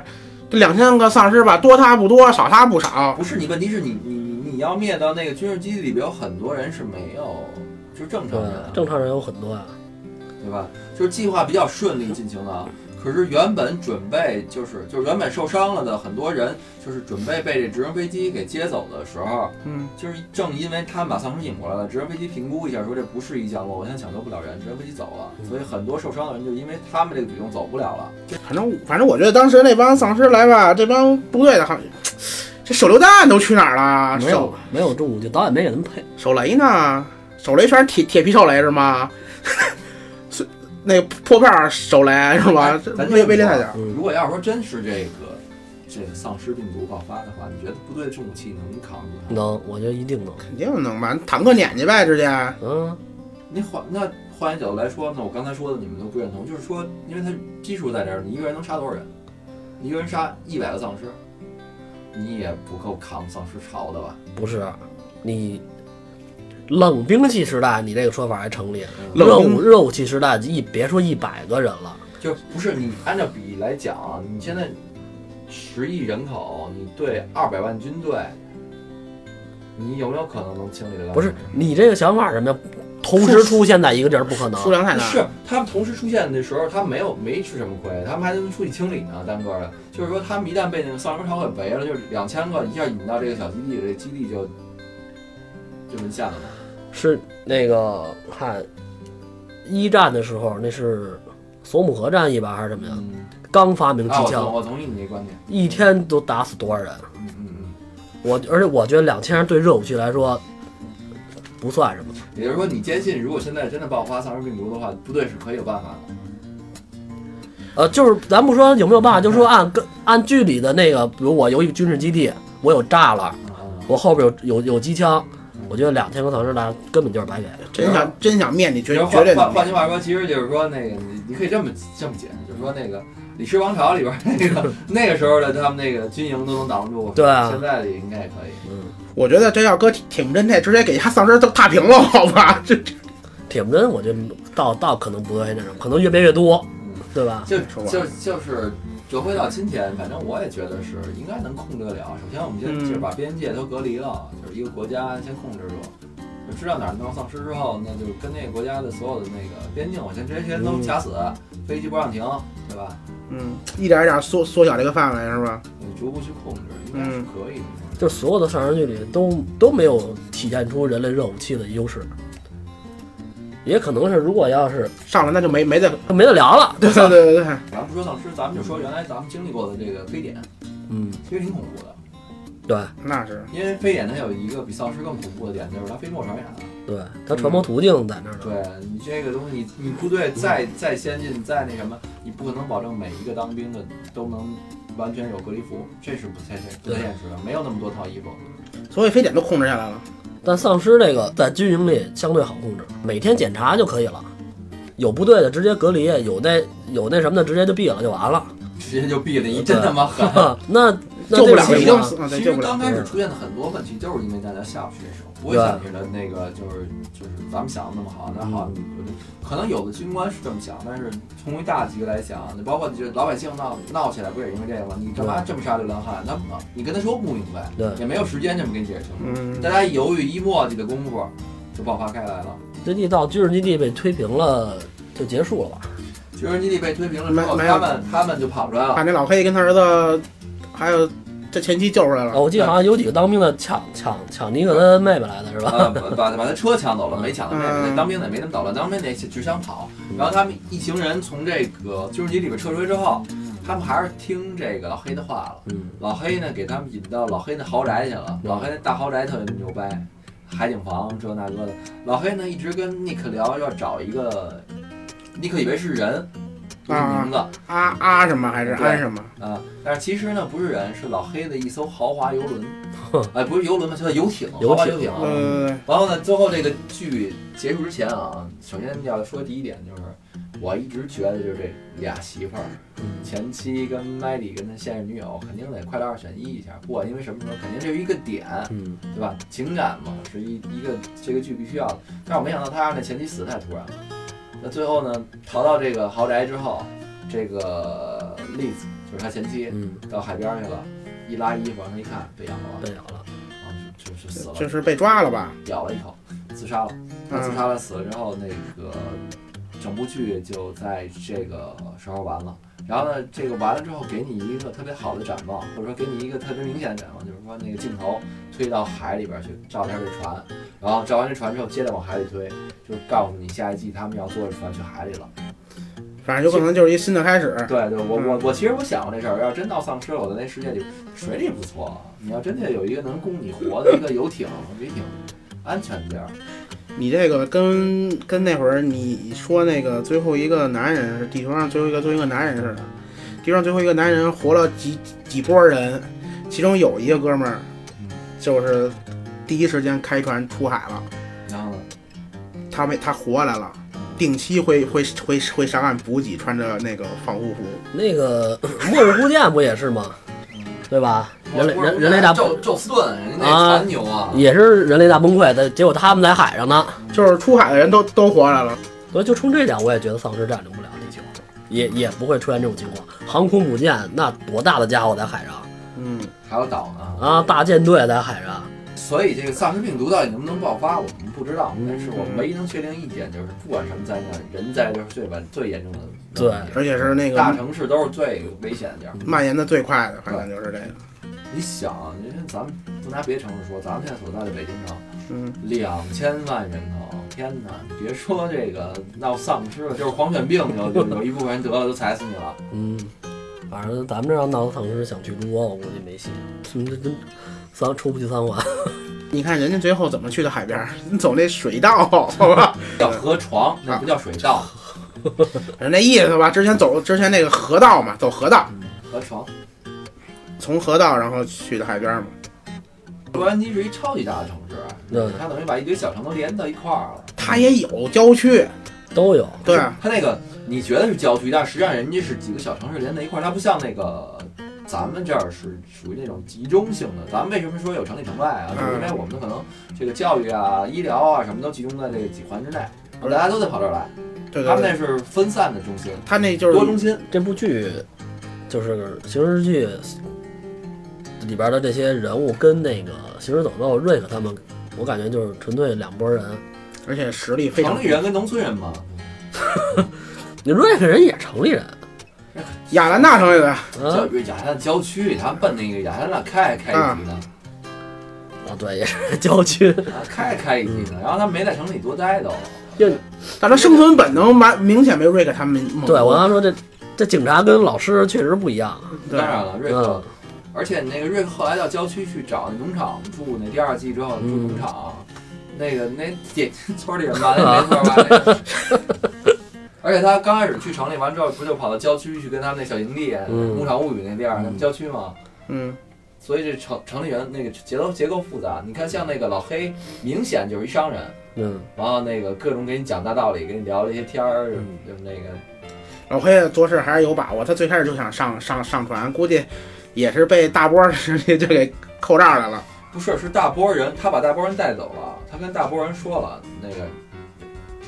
S3: 这两千个丧尸吧，多他不多，少他不少，
S1: 不是你，问题是你你你你要灭到那个军事基地里边有很多人是没有，就是正
S2: 对
S1: 常人啊，，
S2: 正常人有很多呀、
S1: 对吧？就是计划比较顺利进行的啊。可是原本准备就是就是原本受伤了的很多人，就是准备被这直升飞机给接走的时候，
S3: 嗯，
S1: 就是正因为他们把丧尸引过来了，直升飞机评估一下说这不是一降落，我现在抢救不了人，直升飞机走了，所以很多受伤的人就因为他们这个举动走不了了。
S3: 反正反正我觉得当时那帮丧尸来吧，这帮部队的好像，这手榴弹都去哪儿了？
S2: 没有
S3: 手
S2: 没有中午就导演没给他们配，
S3: 手雷呢？手雷全是铁铁皮手雷是吗？ *laughs* 是那破片儿手雷是吧
S1: 哎？咱
S3: 威
S1: 这么
S3: 威力
S1: 说
S3: 太
S1: 啊
S3: 小。
S2: 嗯
S1: 如果要是说真是这个这个丧尸病毒爆发的话，你觉得部队重武器能扛住它？
S2: 能，我觉得一定能。
S3: 肯定能吧？坦克撵去呗，直接。
S2: 嗯，
S1: 你换那换一角度来说呢，我刚才说的你们都不认同，就是说，因为它基数在这儿，你一个人能杀多少人？你一个人杀一百个丧尸，你也不够扛丧尸潮的吧？
S2: 不是，啊你冷兵器时代，你这个说法还成立。
S1: 嗯
S3: 冷
S2: 热
S3: 兵
S2: 武热武器时代，一别说一百个人了，
S1: 就不是你按照比例来讲啊，你现在十亿人口，你对二百万军队，你有没有可能能清理得了？
S2: 不是你这个想法什么呀？同时出现在一个地儿不可
S3: 数
S2: 能。
S3: 量太
S1: 不
S3: 大。
S1: 是，他们同时出现的时候，他没有没吃什么亏，他们还能出去清理呢，单个的。就是说，他们一旦被那个丧尸潮给围了，就是两千个一下引到这个小基地，这基地就就沦陷了嘛。
S2: 是那个看一战的时候，那是索姆河战役吧，还是什么呀？
S1: 嗯，
S2: 刚发明机
S1: 啊，我
S2: 枪
S1: 同，我同意你这观点。
S2: 一天都打死多少人？
S1: 嗯嗯嗯。
S2: 我而且我觉得两千人对热武器来说不算什么。
S1: 也就是说，你坚信如果现在真的爆发丧尸病毒的话，部队是可以有办法的。
S2: 呃，就是咱不说有没有办法，就说按跟按剧里的那个，比如我有一个军事基地，我有栅栏，
S1: 啊，
S2: 我后边有有有机枪，我觉得两千个丧尸弹根本就是白给。
S3: 真想真想灭你，绝
S1: 就是
S3: 绝对
S1: 换换
S3: 能灭
S1: 换句话说，其实就是说那个你你可以这么这么解释，就是说那个《李氏王朝》里边那个那个时候的他们那个军营都能挡住，
S2: 对啊
S1: 现在的也应该也可以。
S2: 嗯，
S3: 我觉得这要搁挺真这直接给他丧尸都踏平了， *laughs* 好吧？这
S2: 铁木真我觉得倒倒可能不会这种，可能越变越多，
S1: 嗯，
S2: 对吧？
S1: 就
S3: 说吧
S1: 就就是折回到今天，反正我也觉得是应该能控制得了。首先，我们先
S3: 嗯
S1: 就是把边界都隔离了，就是一个国家先控制住，就知道哪儿闹丧尸之后，那就跟那个国家的所有的那个边境，我先直接先都
S2: 嗯
S1: 卡死，飞机不让停，对吧？
S3: 嗯，一点一点缩缩小这个范围是吧？
S1: 你逐步去控制，应该是可以的。
S2: 就所有的上升剧里都都没有体现出人类热武器的优势，也可能是如果要是
S3: 上了那就没没得，
S2: 没得聊了，
S3: 对对对对对，
S1: 咱不说丧尸，咱们就说原来咱们经历过的这个非典，
S2: 嗯，
S1: 其实挺恐怖的。
S2: 对
S3: 那是
S1: 因为非典它有一个比丧尸更恐怖的点，就是它飞沫传染。
S2: 对，它传播途径在那儿呢。
S1: 对你这个东西，你部队再再先进再那什么，你不可能保证每一个当兵的都能完全有隔离服，这是不太现不太现实的，没有那么多套衣服。
S3: 所以非典都控制下来了。
S2: 但丧尸这个在军营里相对好控制，每天检查就可以了。有部队的直接隔离，有那有那什么的直接就毙了就完了。啊
S1: 直接就毙了，你真他妈狠！
S2: 那
S3: 哎
S2: 那
S3: 救不
S2: 这
S3: 了
S2: 个
S3: 已
S2: 情
S3: 经
S2: 况，
S3: 死啊，对，
S1: 其
S3: 救
S1: 实
S3: 不了
S1: 刚。开始出现的很多问题，就是因为大家下不去手，不会像你的那个，就是就是咱们想的那么好。那好，可能有的军官是这么想，但是从一大局来讲，你包括你这老百姓闹闹起来，不也因为这个吗？你干嘛这么杀流浪汉？那么你跟他说不明白，
S2: 对
S1: 也没有时间这么给你解释清楚。
S3: 嗯
S1: 大，家一犹豫一磨叽的功夫，就爆发开来了。
S3: 嗯
S2: 这地到军事基地被推平了就结束了吧？
S1: 军事基地被推平了之后，
S3: 没没有
S1: 他们他们就跑出来了
S3: 把。那老黑跟他儿子，还有这前妻救出来
S2: 啊，
S3: 了。
S2: 我记得好像有几个当兵的抢抢抢尼克他妹妹来的是吧？
S1: 啊，把把把他车抢走了，没抢到妹妹。
S3: 嗯
S1: 那当兵的也没那么捣乱，当兵的也只想跑。
S2: 嗯
S1: 然后他们一行人从这个军事基地里边撤出来之后，他们还是听这个老黑的话了。
S2: 嗯，
S1: 老黑呢，给他们引到老黑那豪宅去了。
S2: 嗯
S1: 老黑那大豪宅特别牛掰，海景房这那个的。老黑呢，一直跟尼克聊要找一个，尼克以为是人，不是名字。
S3: 啊啊什么还是
S1: 对
S3: 安什么？
S1: 啊，但是其实呢，不是人，是老黑的一艘豪华游轮，哎，不是游轮吧，叫游艇，
S2: 游
S1: 豪
S2: 艇嗯
S1: 华游艇。啊
S3: 呃，
S1: 然后呢，最后这个剧结束之前啊，首先要说第一点就是，我一直觉得就是这俩媳妇儿，
S2: 嗯
S1: 前妻跟麦迪跟他现任女友，肯定得快乐二选一一下，不管因为什么时候，肯定这是一个点，
S2: 嗯，
S1: 对吧？情感嘛，是一一个这个剧必须要的。但是我没想到他让这前妻死得太突然了。那最后呢，逃到这个豪宅之后，这个栗子就是他前妻，
S2: 嗯，
S1: 到海边去了，一拉衣服往上一看，被咬了，
S2: 被咬了。
S1: 然后就就死了，
S3: 就是被抓了吧？
S1: 咬了一口，自杀了。他自杀了，死了之后，那个整部剧就在这个时候完了。然后呢，这个完了之后，给你一个特别好的展望，或者说给你一个特别明显的展望，就是说那个镜头推到海里边去照他这船，然后照完这船之后，接着往海里推，就是告诉你下一季他们要坐着船去海里了。
S3: 反正有可能就是一新的开始。
S1: 对对，我
S3: 嗯
S1: 我我其实我想过这事儿，要真闹丧尸了，我在那世界里水里不错，啊你要真的有一个能供你活的一个游艇，也挺安全点儿。
S3: 你这个跟跟那会儿你说那个最后一个男人是地球上最后一个最后一个男人似的，地球上最后一个男人活了几几波人，其中有一个哥们儿
S1: 嗯，
S3: 就是第一时间开船出海了，
S1: 然后呢？
S3: 他没他活来了。定期会会会会上岸补给，穿着那个防护服。
S2: 那个 *clears throat* 末日孤舰不也是吗？对吧？人类人人类大
S1: 宙宙斯顿，人家那残牛啊，
S2: 也是人类大崩溃，但结果他们在海上呢。
S3: 就是出海的人都都活来了，
S2: 所以就冲这点，我也觉得丧尸占领不了地球，也也不会出现这种情况。航空母舰那多大的家伙在海上
S3: 嗯，
S1: 还有岛呢。
S2: 啊，大舰队在海上，
S1: 所以这个丧尸病毒到底能不能爆发，我们不知
S2: 嗯
S1: 道。但是我们唯一能确定一点就是，不管什么灾难，人灾就是最完最严重的问题。
S2: 对
S3: 而且是那
S1: 大
S3: 个
S1: 城市都是最危险的地儿。
S3: 蔓延的最快的，反正就是这个，
S1: 你想，啊你看咱们不拿别的城市说，咱们现在所在的北京城
S3: 嗯，
S1: 两千万人口，天哪！你别说这个闹丧尸了，就是狂犬病有有有一部分人得了都踩死你了。
S2: 嗯，反正咱们这要闹丧尸想去中国，我估计没戏， *laughs* 真真三出不去三环。 *laughs*
S3: 你看人家最后怎么去的海边儿， *laughs* 你走那水道， *laughs* 好吧，
S1: 叫河床，那不叫水道，
S3: 反正那意思吧。之前走之前那个河道嘛，走河道，
S1: 河床。
S3: 从河道然后去的海边嘛。
S1: 洛杉矶是一超级大的城市，啊
S2: 对
S1: 它等于把一堆小城都连到一块儿了。
S3: 它也有郊区，
S2: 都有，
S3: 对，
S1: 它那个你觉得是郊区，但实际上人家是几个小城市连在一块儿，它不像那个咱们这儿是属于那种集中性的。咱们为什么说有城里城外啊？就是因为我们可能这个教育啊、医疗啊什么都集中在这几环之内，大家都得跑这儿来。
S3: 对
S1: 他们
S3: 对对，
S1: 那是分散的中心，
S3: 它那就
S1: 多
S3: 是
S1: 中心。
S2: 这部剧就是《刑事剧》里边的这些人物跟那个《行尸走肉》瑞克他们，我感觉就是纯粹两拨人。
S3: 而且实力非常
S1: 城里人跟农村人嘛，
S2: 你瑞克人也城里人，
S3: 亚兰大城里的，
S1: 叫
S2: 啊
S1: 雅丹郊区，他们奔那个雅丹那开开
S3: 嗯
S1: 一级呢，
S2: 啊，对，也是 *laughs* 郊区。
S1: 啊开开一级呢。
S3: 嗯
S1: 然后他们没在城里多待都。
S3: 但它生存本能蛮明显没瑞克他们猛。
S2: *laughs* 对我刚才说
S3: 嗯
S2: 这这警察跟老师确实不一样，啊
S3: 对
S1: 当然了，瑞克
S2: 嗯，
S1: 而且那个瑞克后来到郊区去找那农场住，那第二季之后住
S3: 嗯
S1: 农场，那个那也 *laughs* 村里人吧，那
S3: 啊
S1: 没错吧？那而且他刚开始去城里完之后，不就跑到郊区去跟他们那小营地《
S2: 嗯
S1: 牧场物语》那地儿，那不郊区嘛。
S3: 嗯，
S1: 所以这城城里人那个结构结构复杂，你看像那个老黑，明显就是一商人，
S2: 嗯，
S1: 然后那个各种给你讲大道理，给你聊这些天儿，什么
S2: 嗯
S1: 就是那个
S3: 老黑做事还是有把握，他最开始就想上上上船，估计也是被大波儿直接就给扣这儿来了。
S1: 不是，是大波人，他把大波人带走了，他跟大波人说了那个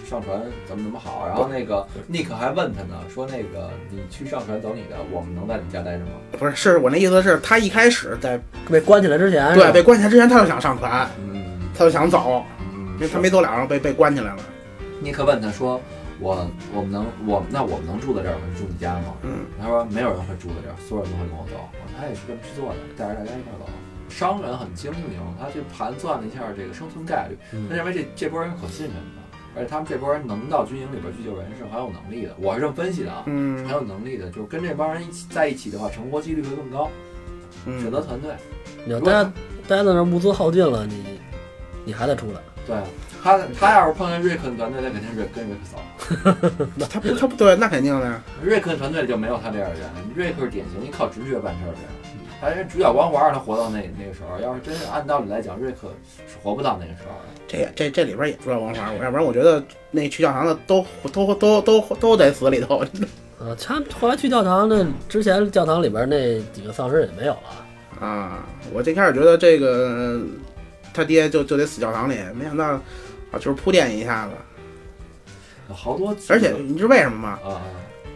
S1: 上船怎么怎么好，然后那个尼克还问他呢，说那个你去上船走你的，我们能在你们家待着吗？
S3: 不是，是我那意思是，他一开始在
S2: 被关起来之前，
S3: 对被关起来之前，他就想上船，
S1: 嗯，
S3: 他就想走，因为
S1: 是
S3: 他没走了，然后被被关起来了。
S1: 尼克问他嗯说，我我们能我那我们能住在这儿吗？住你家吗？
S3: 嗯，
S1: 他说没有人会住在这儿，所有人都会跟我走。我说他也是这么去做的，带着大家一块儿走。商人很精明，他去盘算了一下这个生存概率，
S2: 嗯
S1: 他认为这这波人可信任的，而且他们这波人能到军营里边去救人是很有能力的。我是这么分析的啊，很
S3: 嗯
S1: 有能力的，就是跟这帮人一起在一起的话，成活几率会更高。选择
S3: 嗯，
S1: 团队，
S2: 你要待待在那儿物资耗尽了，你你还得出来。
S1: 对啊，他他要是碰见瑞克的团队，那肯定是跟瑞克走。
S3: 他不他不对，那肯定的。
S1: 瑞克的团队里就没有他这样的人，瑞克是典型一靠直觉办事儿的人。他人主角光环让他活到那那个时候，要是真是按道理来讲，瑞克是活不到那个时候的。
S3: 这这这里边也不知道王华，要不然我觉得那去教堂的都都都都都得死里头。 *laughs*
S2: 啊，他后来去教堂那之前，教堂里边那几个丧尸也没有了。
S3: 啊，我最开始觉得这个他爹就就得死教堂里，没想到啊，就是铺垫一下子。
S1: 有好多集都，
S3: 而且你知道为什么吗？
S1: 啊，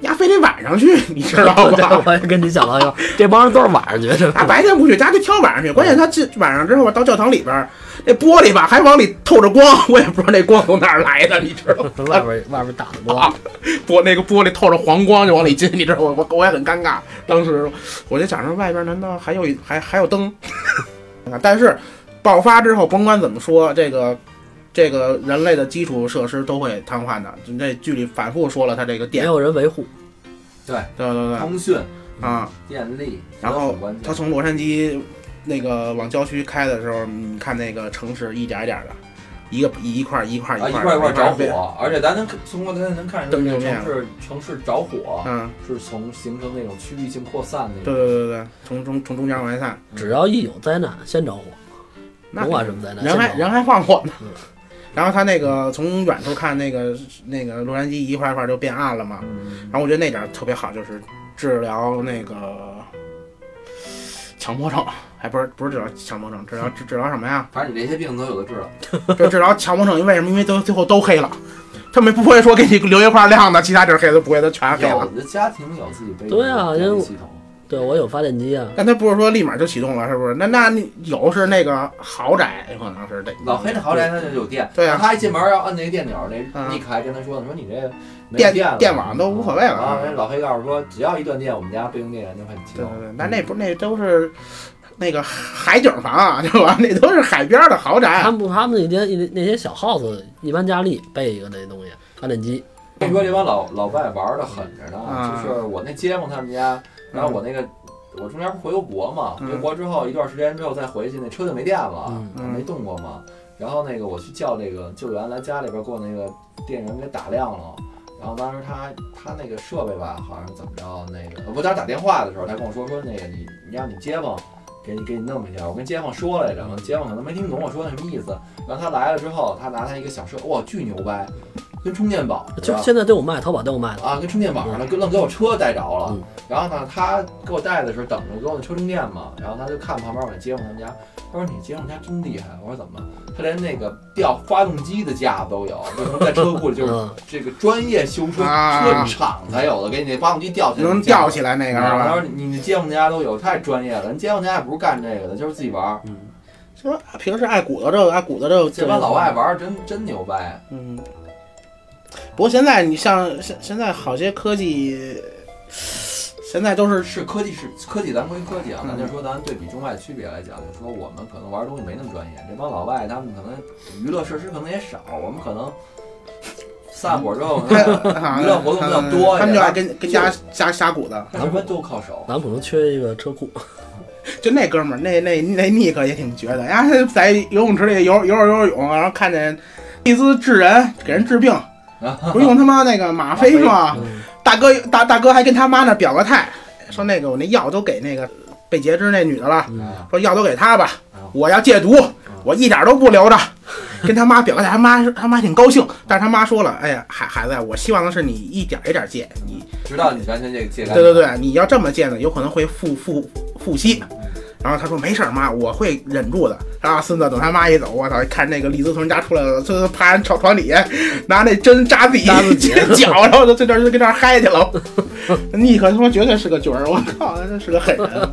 S3: 丫非得晚上去， *laughs* 你知道
S2: *laughs* 对
S3: 吧？
S2: 我也跟你想到一块儿，这帮人都是晚上觉得
S3: 啊，白天不去，丫就挑晚上去。关键他进晚上之后吧，到教堂里边儿，那玻璃吧还往里透着光，我也不知道那光从哪儿来的，你知道吗？
S2: *laughs* 外边外边打的
S3: 啊
S2: 光，
S3: 玻那个玻璃透着黄光就往里进，你 *laughs* 知道我我我也很尴尬。当时我就想说，外边难道还有一还还有灯？ *laughs* 但是爆发之后，甭管怎么说，这个这个人类的基础设施都会瘫痪的。就这剧里反复说了，它这个
S2: 没
S3: 电，
S2: 有人维护。
S3: 对对对，
S1: 通讯、
S3: 啊，
S1: 电力，
S3: 然
S1: 都
S3: 后
S1: 很关键
S3: 他从洛杉矶那个往郊区开的时候，你看那个城市一点儿一点儿的，一个一块儿一块儿
S1: 啊，一
S3: 块
S1: 块
S3: 儿
S1: 一块
S3: 着
S1: 着火，而且咱能通过它能看出
S3: 灯
S1: 这
S3: 就
S1: 个
S3: 那样
S1: 城市城市着火
S3: 嗯，
S1: 是从形成那种区域性扩散那
S3: 对
S1: 种。
S3: 对对对，从中从中间往外散，
S2: 只要一有灾难，先着火，
S3: 那
S2: 甭管什么灾难，
S3: 人
S2: 先
S3: 还
S2: 着
S3: 人
S2: 火。
S3: 还放火呢
S2: 嗯。
S3: 然后他那个从远处看那个那个洛杉矶一块一块就变暗了嘛，
S1: 嗯
S3: 然后我觉得那点儿特别好，就是治疗那个强迫症，还不是不是治疗强迫症，治疗治治疗什么呀？
S1: 反正你这些病都有的治了，
S3: 就治疗强迫症，因为什么？因为都最后都黑了，他们不会说给你留一块亮的，其他地儿黑的不会，都全黑了
S1: 有。的家庭有自己背
S2: 对啊因为我
S1: 系统，
S2: 对我有发电机啊，
S3: 但他不是说立马就启动了，是不是？那那你有是那个豪宅，有可能是得
S1: 老黑那豪宅他就有电，
S3: 对啊
S1: 他一进门要按那个电钮，
S3: 嗯
S1: 那尼克还跟他说呢，说你这没有
S3: 电
S1: 电
S3: 电网都无所谓了。嗯
S1: 啊，人老黑告诉说，只要一断电，我们家备用电源就会启
S3: 对
S1: 动
S3: 对。对，那那不那都是那个海景房啊， *laughs* 对吧？那都是海边的豪
S2: 他
S3: 宅。
S2: 们他们那些那些小 house 一般家里备一个那东西，发电机。
S1: 跟你说这帮老老外玩的狠着呢
S3: 啊，
S1: 就是我那街坊他们家，然后我那个我中间不回过国嘛，
S3: 嗯
S1: 回国之后一段时间之后再回去，那车就没电
S3: 啊
S1: 了
S2: 嗯，
S1: 我没动过嘛。然后那个我去叫这个救援来家里边给我那个电源给打亮了。然后当时他他那个设备吧，好像是怎么着，那个我当时打电话的时候，他跟我说说那个你你让你街坊给你给你弄一下，我跟街坊说来着，我街坊可能没听懂我说的什么意思。然后他来了之后，他拿他一个小车，哇，巨牛掰，跟充电宝似
S2: 就
S1: 的。
S2: 现在都有卖，淘宝都有卖的。
S1: 啊，跟充电宝似的，跟愣给我车带着了。
S2: 嗯
S1: 然后呢，他给我带的时候，等着给我那车充电嘛。然后他就看旁边我那街坊他们家，他说你街坊家真厉害。我说怎么了？他连那个吊发动机的架子都有，就是在车库里就是
S2: 嗯，
S1: 这个专业修车
S3: 啊
S1: 车厂才有的，给你那发动机吊起来
S3: 能吊起来那
S1: 来
S3: 个是
S1: 然
S3: 吧？
S1: 后你那街坊家都有，太专业了。人街坊家也不是干这个的，就是自己玩儿。
S3: 嗯说啊平时爱鼓捣这个，爱鼓捣这个，
S1: 这帮老外玩儿真真牛掰，
S3: 嗯，不过现在你像现现在好些科技，现在都是
S1: 是科技是科技，咱归科技啊，
S3: 嗯
S1: 咱就说咱对比中外区别来讲，就说我们可能玩东西没那么专业，这帮老外他们可能娱乐设施可能也少，我们可能
S3: 嗯
S1: 散伙之
S3: *laughs*
S1: 后
S3: 对
S1: 什
S3: 啊
S1: 娱乐活动比较多
S3: 他们
S1: 对
S3: 就
S1: 吧
S3: 爱跟跟家瞎瞎鼓捣。
S1: 么都靠手，
S2: 咱们可能缺一个车库，
S3: 就那哥们儿，那那那尼克也挺绝的，哎呀，他在游泳池里游游着游着泳，然后看见利兹治人，给人治病，不是用他妈那个吗啡吗？
S2: 嗯
S3: 大哥大大哥还跟他妈那表个态，说那个我那药都给那个被截肢那女的了，
S2: 嗯，
S3: 说药都给她吧
S1: 啊，
S3: 我要戒毒，我一点都不留着。跟他妈表个态，他妈他妈挺高兴，但是他妈说了，哎呀，孩孩子，我希望的是你一点一点戒，你
S1: 直到你完全这个戒干。
S3: 对对对，你要这么戒呢，有可能会复复复吸。
S2: 嗯
S3: 然后他说没事儿，妈，我会忍住的。然后孙子等他妈一走，我操，看那个李自从家出来了，孙子趴人草床底下拿那针扎自己
S2: 扎自己
S3: 脚，然后就在这儿就跟这儿嗨去了。尼克他妈绝对是个角儿，我靠，这是个狠人。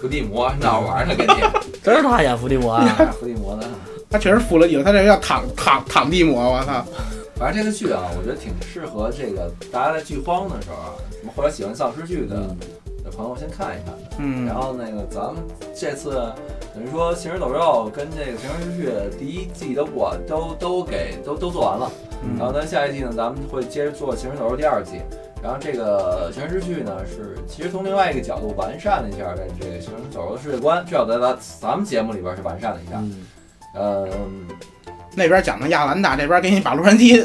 S1: 伏地魔闹着玩儿呢，
S3: *laughs*
S1: 跟你
S2: 真是他呀，伏地魔啊！
S1: 伏地魔呢。
S3: 他确实服了你了，他这叫躺躺躺地魔，我操！
S1: 反正这个剧啊，我觉得挺适合这个大家在剧荒的时候，啊，什么或者喜欢丧尸剧的的朋友先看一看。
S3: 嗯
S1: 然，后那个咱们这次等于说《行尸走肉》跟这个《行尸日剧》第一季都过，都都给都都做完了。
S3: 嗯
S1: 然后咱下一季呢，咱们会接着做《行尸走肉》第二季。然后这个《行尸日剧》呢，是其实从另外一个角度完善了一下这个《行尸走肉》的世界观，至少在咱咱们节目里边是完善了一下。
S2: 嗯，
S1: 嗯，
S3: 那边讲的亚兰大，这边给你把洛杉矶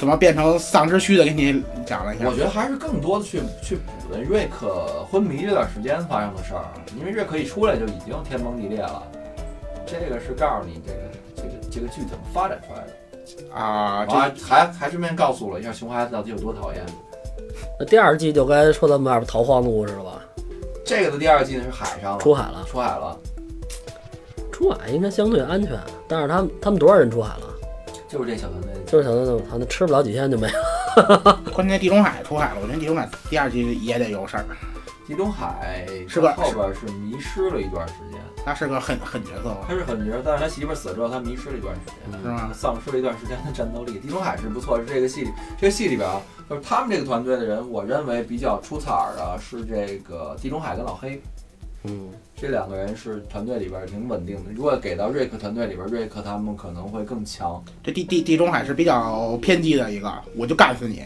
S3: 怎么变成丧尸区的给你讲了一下
S1: 我。觉得还是更多的去去补那瑞克昏迷这段时间发生的事儿，因为瑞克一出来就已经天崩地裂了。这个是告诉你这个这个这个剧怎么发展出来的，
S3: 啊，这
S1: 啊，还还顺便告诉我一下熊孩子到底有多讨厌。
S2: 那第二季就该说咱们俩逃荒的故事了吧？
S1: 这个的第二季呢是海上了，
S2: 出海了，
S1: 出海了，
S2: 出海应该相对安全，但是他们他们多少人出海了？
S1: 就是这小团队。
S2: 就是想那他那吃不了几天就没了。
S3: 关键地中海出海了，我觉得地中海第二季也得有事儿，
S1: 地中海
S3: 是吧
S1: 他后边是迷失了一段时间，
S3: 他是个狠狠角色吧，
S1: 他是很觉得，但是他媳妇儿死了之后，他迷失了一段时间。
S3: 是
S1: 啊
S3: 吗？
S1: 丧失了一段时间的战斗力。地中海是不错，是这个戏里这个戏里边啊，就是他们这个团队的人，我认为比较出彩儿的是这个地中海跟老黑
S2: *laughs* 嗯，
S1: 这两个人是团队里边挺稳定的。如果给到瑞克团队里边，瑞克他们可能会更强。
S3: 这地地地中海是比较偏激的一个，我就干死你，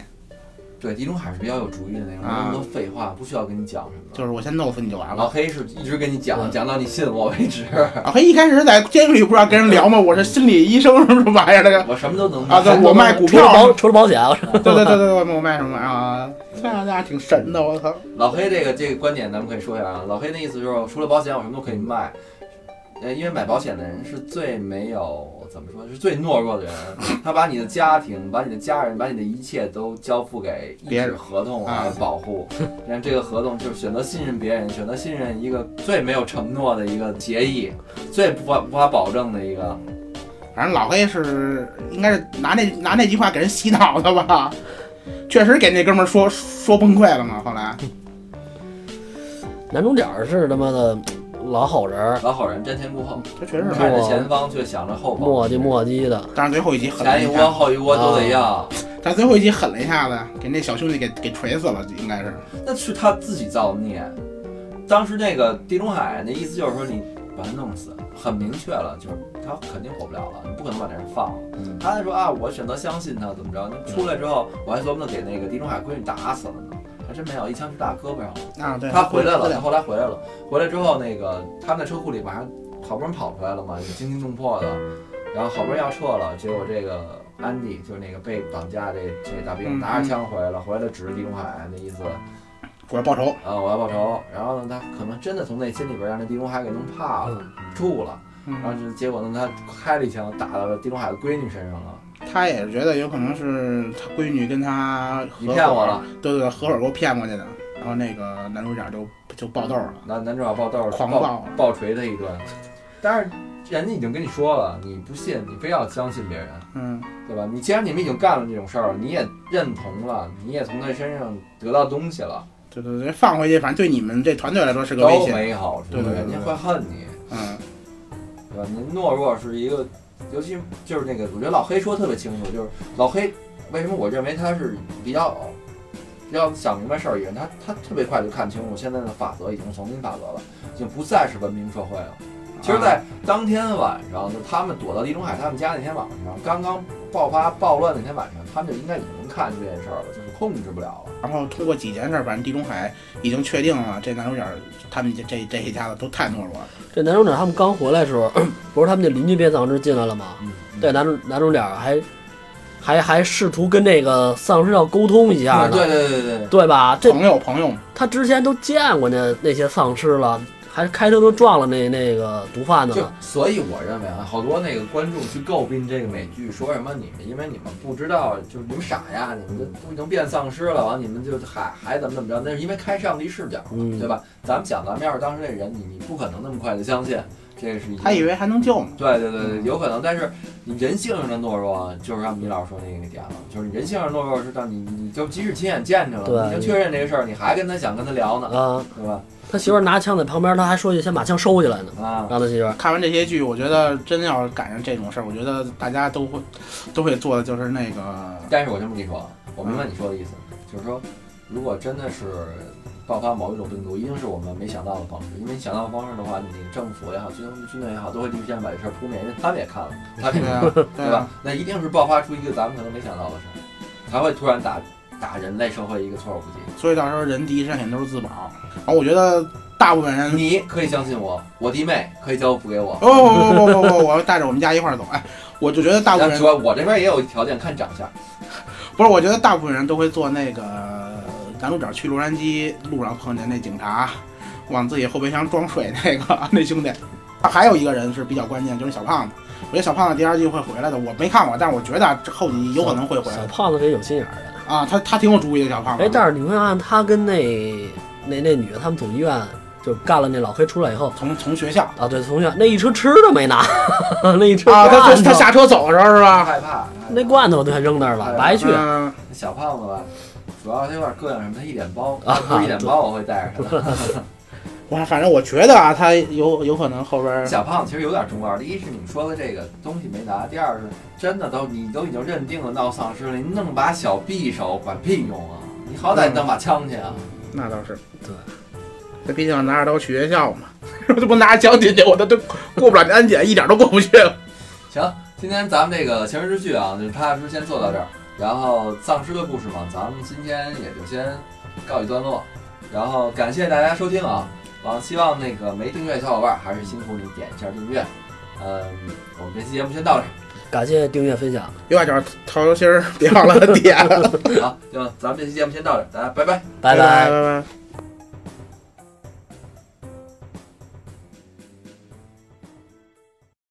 S1: 对，地中海是比较有主意的那种，没那么多废话，不需要跟你讲什么。
S3: 啊就是我先弄死你就完
S1: 老
S3: 了。
S1: 黑是一直跟你讲，
S2: 嗯
S1: 讲到你信我为止。
S3: 老黑一开始在监狱里不知道跟人聊吗？我是心理医生什么玩意儿那个。
S1: 我什么都能
S3: 啊对
S1: 干
S3: 我卖股票
S2: 除了保除了保险，我说
S3: 对对对对，对我卖什么啊？这样大家挺神的，我操！
S1: 老黑这个这个观点咱们可以说一下啊。老黑的意思就是，除了保险，我什么都可以卖。呃，因为买保险的人是最没有怎么说，是最懦
S3: *laughs*
S1: 弱的人。他把你的家庭、把你的家人、把你的一切都交付给一
S3: 别人
S1: 纸合同
S3: 啊
S1: 来保护。你看这个合同就是选择信任别人，选择信任一个最没有承诺的一个协议，最不法无法保证的一
S3: 啊
S1: 个。
S3: 反正老黑是应该是拿那拿那句话给人洗脑的吧？确实给那哥们儿说说崩溃了嘛。后来
S2: 男主角是他妈的老好人儿，
S1: 老好人瞻前顾后，
S3: 这确实是，
S1: 看着前方却想着后方
S2: 磨，叽磨叽的，
S3: 但是最后一集狠了
S1: 前一
S3: 一
S1: 窝
S3: 下，
S1: 后一窝都得要。
S3: 但最后一集狠了一下子，给那小兄弟给给锤死了，应该是。
S1: 那是他自己造的孽。当时那个地中海那意思就是说你把他弄死，很明确了，就是他肯定活不了了，你不可能把那人放了。
S2: 嗯
S1: 他还说啊，我选择相信他怎么着？那出来之后，我还琢磨着给那个地中海闺女打死了呢，还真没有，一枪直打胳膊上了。
S3: 啊，对，
S1: 他回来了，
S3: 对
S1: 他后来回来了，回来之后那个他们在车库里马上好不容易跑出来了嘛，就惊心动魄的，然后好不容易要撤了，结果这个安迪就是那个被绑架这这大兵
S3: 嗯
S1: 拿着枪回来了，回来指着地中海那意思。
S3: 我要报仇。
S1: 啊，我要报仇。然后呢，他可能真的从内心里边让这地中海给弄
S3: 啊
S1: 怕了、怵了，然后
S3: 嗯，
S1: 就结果呢，他开了一枪打到了地中海的闺女身上了。
S3: 他也是觉得有可能是他闺女跟他合
S1: 你
S3: 伙
S1: 骗我了，
S3: 对对对，合伙给我骗过去的。然后那个男主角就就爆豆了，
S1: 男男主角爆豆儿
S3: 狂
S1: 暴
S3: 暴了
S1: 暴锤他一顿， *laughs* 但是人家已经跟你说了，你不信，你非要相信别人，
S3: 嗯，
S1: 对吧？你既然你们已经干了这种事儿，你也认同了，你也从他身上得到东西了，
S3: 对对对，放回去，反正对你们这团队来说是个威
S1: 都
S3: 胁。
S1: 没好处，
S3: 对对对
S1: 人家会恨你。
S3: 嗯，
S1: 对吧？您懦弱是一个，尤其就是那个，我觉得老黑说得特别清楚，就是老黑为什么我认为他是比较比较想明白事儿的人，他他特别快就看清楚现在的法则已经是丛林法则了，已经不再是文明社会了。其
S3: 啊
S1: 实，在当天晚上，就他们躲到地中海他们家那天晚上，刚刚爆发暴乱那天晚上，他们就应该已经能看见这件事儿了，就是控制不了了。
S3: 然后通过几件事儿，反正地中海已经确定了，这男主角他们这这这一家子都太懦弱了。
S2: 这男主角他们刚回来的时候， *coughs* 不是他们那邻居变丧尸进来了吗？
S1: 嗯，
S2: 对，男主男主角还还还试图跟那个丧尸要沟通一下
S1: 啊，
S3: 嗯
S2: 呢，
S1: 对对对对对，
S2: 对吧？这
S3: 朋友朋友，
S2: 他之前都见过那那些丧尸了，还开车都撞了那那个毒
S3: 嗯
S2: 贩子
S1: 就
S2: 了。
S1: 所以我认为啊，好多那个观众去诟病这个美剧，说什么你们因为你们不知道，就是你们傻呀，你们都都已经变丧尸了，完你们就还还怎么怎么着？那是因为开上帝视角，
S2: 嗯
S1: 对吧？咱们想，咱们要是当时那人，你你不可能那么快就相信这个是一。
S3: 他以为嗯还能救呢。
S1: 对对对对，有可能，但是你人性上的懦弱，就是让米老师说那个点了，就是人性上的懦弱是让你你就即使亲眼见着
S2: 对
S1: 了，你已经确认这个事儿，你还跟他想跟他聊呢，
S2: 啊，
S1: 对吧？
S2: 他媳妇儿拿枪在旁边，他还说句先把枪收起来
S3: 嗯
S2: 呢，
S1: 啊，
S2: 让他媳妇儿。
S3: 看完这些剧，我觉得真要是赶上这种事儿，我觉得大家都会都会做的就是那个，
S1: 但是我这么跟你说啊，我明白你说的意思，就是说，如果真的是爆发某一种病毒，一定是我们没想到的方式。因为你想到的方式的话，你政府也好，军军队也好，都会第一时间把这事儿扑灭，因为他们也看了，他们
S3: 对
S1: 也
S3: 啊，对
S1: 对吧 *laughs*
S3: 啊，？
S1: 那一定是爆发出一个咱们可能没想到的事儿，才会突然打打人类社会一个措手不及。
S3: 所以到时候人第一身肯定都是自保。然后我觉得大部分人，
S1: 你可以相信我，我弟妹可以交付给我。
S3: 哦不不不不不，我要带着我们家一块儿走。哎，我就觉得大部
S1: 但
S3: 分人
S1: 主要我这边也有条件，看长相。
S3: 不是，我觉得大部分人都会做那个男主角去洛杉矶路上碰见那警察往自己后备箱装水那个 *laughs* 那兄弟。啊还有一个人是比较关键，就是小胖子。我觉得小胖子第二季会回来的，我没看过，但是我觉得这后几季有可能会回来
S2: 小胖子这有心眼儿的。
S3: 啊。他他挺有主意的，小胖子。
S2: 哎，但是你会发现他跟那那那女的他们从医院就干了那老黑出来以后
S3: 从从学校
S2: 啊，对，从医院那一车吃的没拿， *laughs* 那一车
S3: 啊，他
S2: 罐
S3: 他
S2: 头
S3: 他下车走的时候
S1: 他
S3: 是吧？
S1: 害怕。他害怕
S2: 那罐头都还扔那儿了，白去。
S3: 嗯，
S1: 小胖子吧，主要他有点膈应什么，他一脸包，
S2: 啊
S1: 不是一脸包我会带着他。
S3: 我反正我觉得啊，他有有可能后边儿
S1: 小胖子其实有点中二，第一是你们说的这个东西没拿，第二是真的都你都已经认定了闹丧尸了，你弄把小匕首管屁用啊？你好歹弄把枪去啊！
S3: 那倒是
S2: 对。
S3: 他毕竟拿着刀去学校嘛， *laughs* 这不拿着枪进去，我都都过不了那安检，一点都过不去。
S1: 行，今天咱们这个《情人之剧》啊，就是踏踏实实先做到这儿。然后藏尸的故事嘛，咱们今天也就先告一段落。然后感谢大家收听啊，啊，希望那个没订阅的小伙伴还是辛苦你点一下订阅。嗯，我们这期节目先到这
S2: 感谢订阅分享，
S3: 右下角桃心儿，别忘了点。 *laughs*
S1: 儿，好，行，咱们这期节目先到这儿，大家拜拜。
S3: 拜
S2: 拜
S3: 拜拜。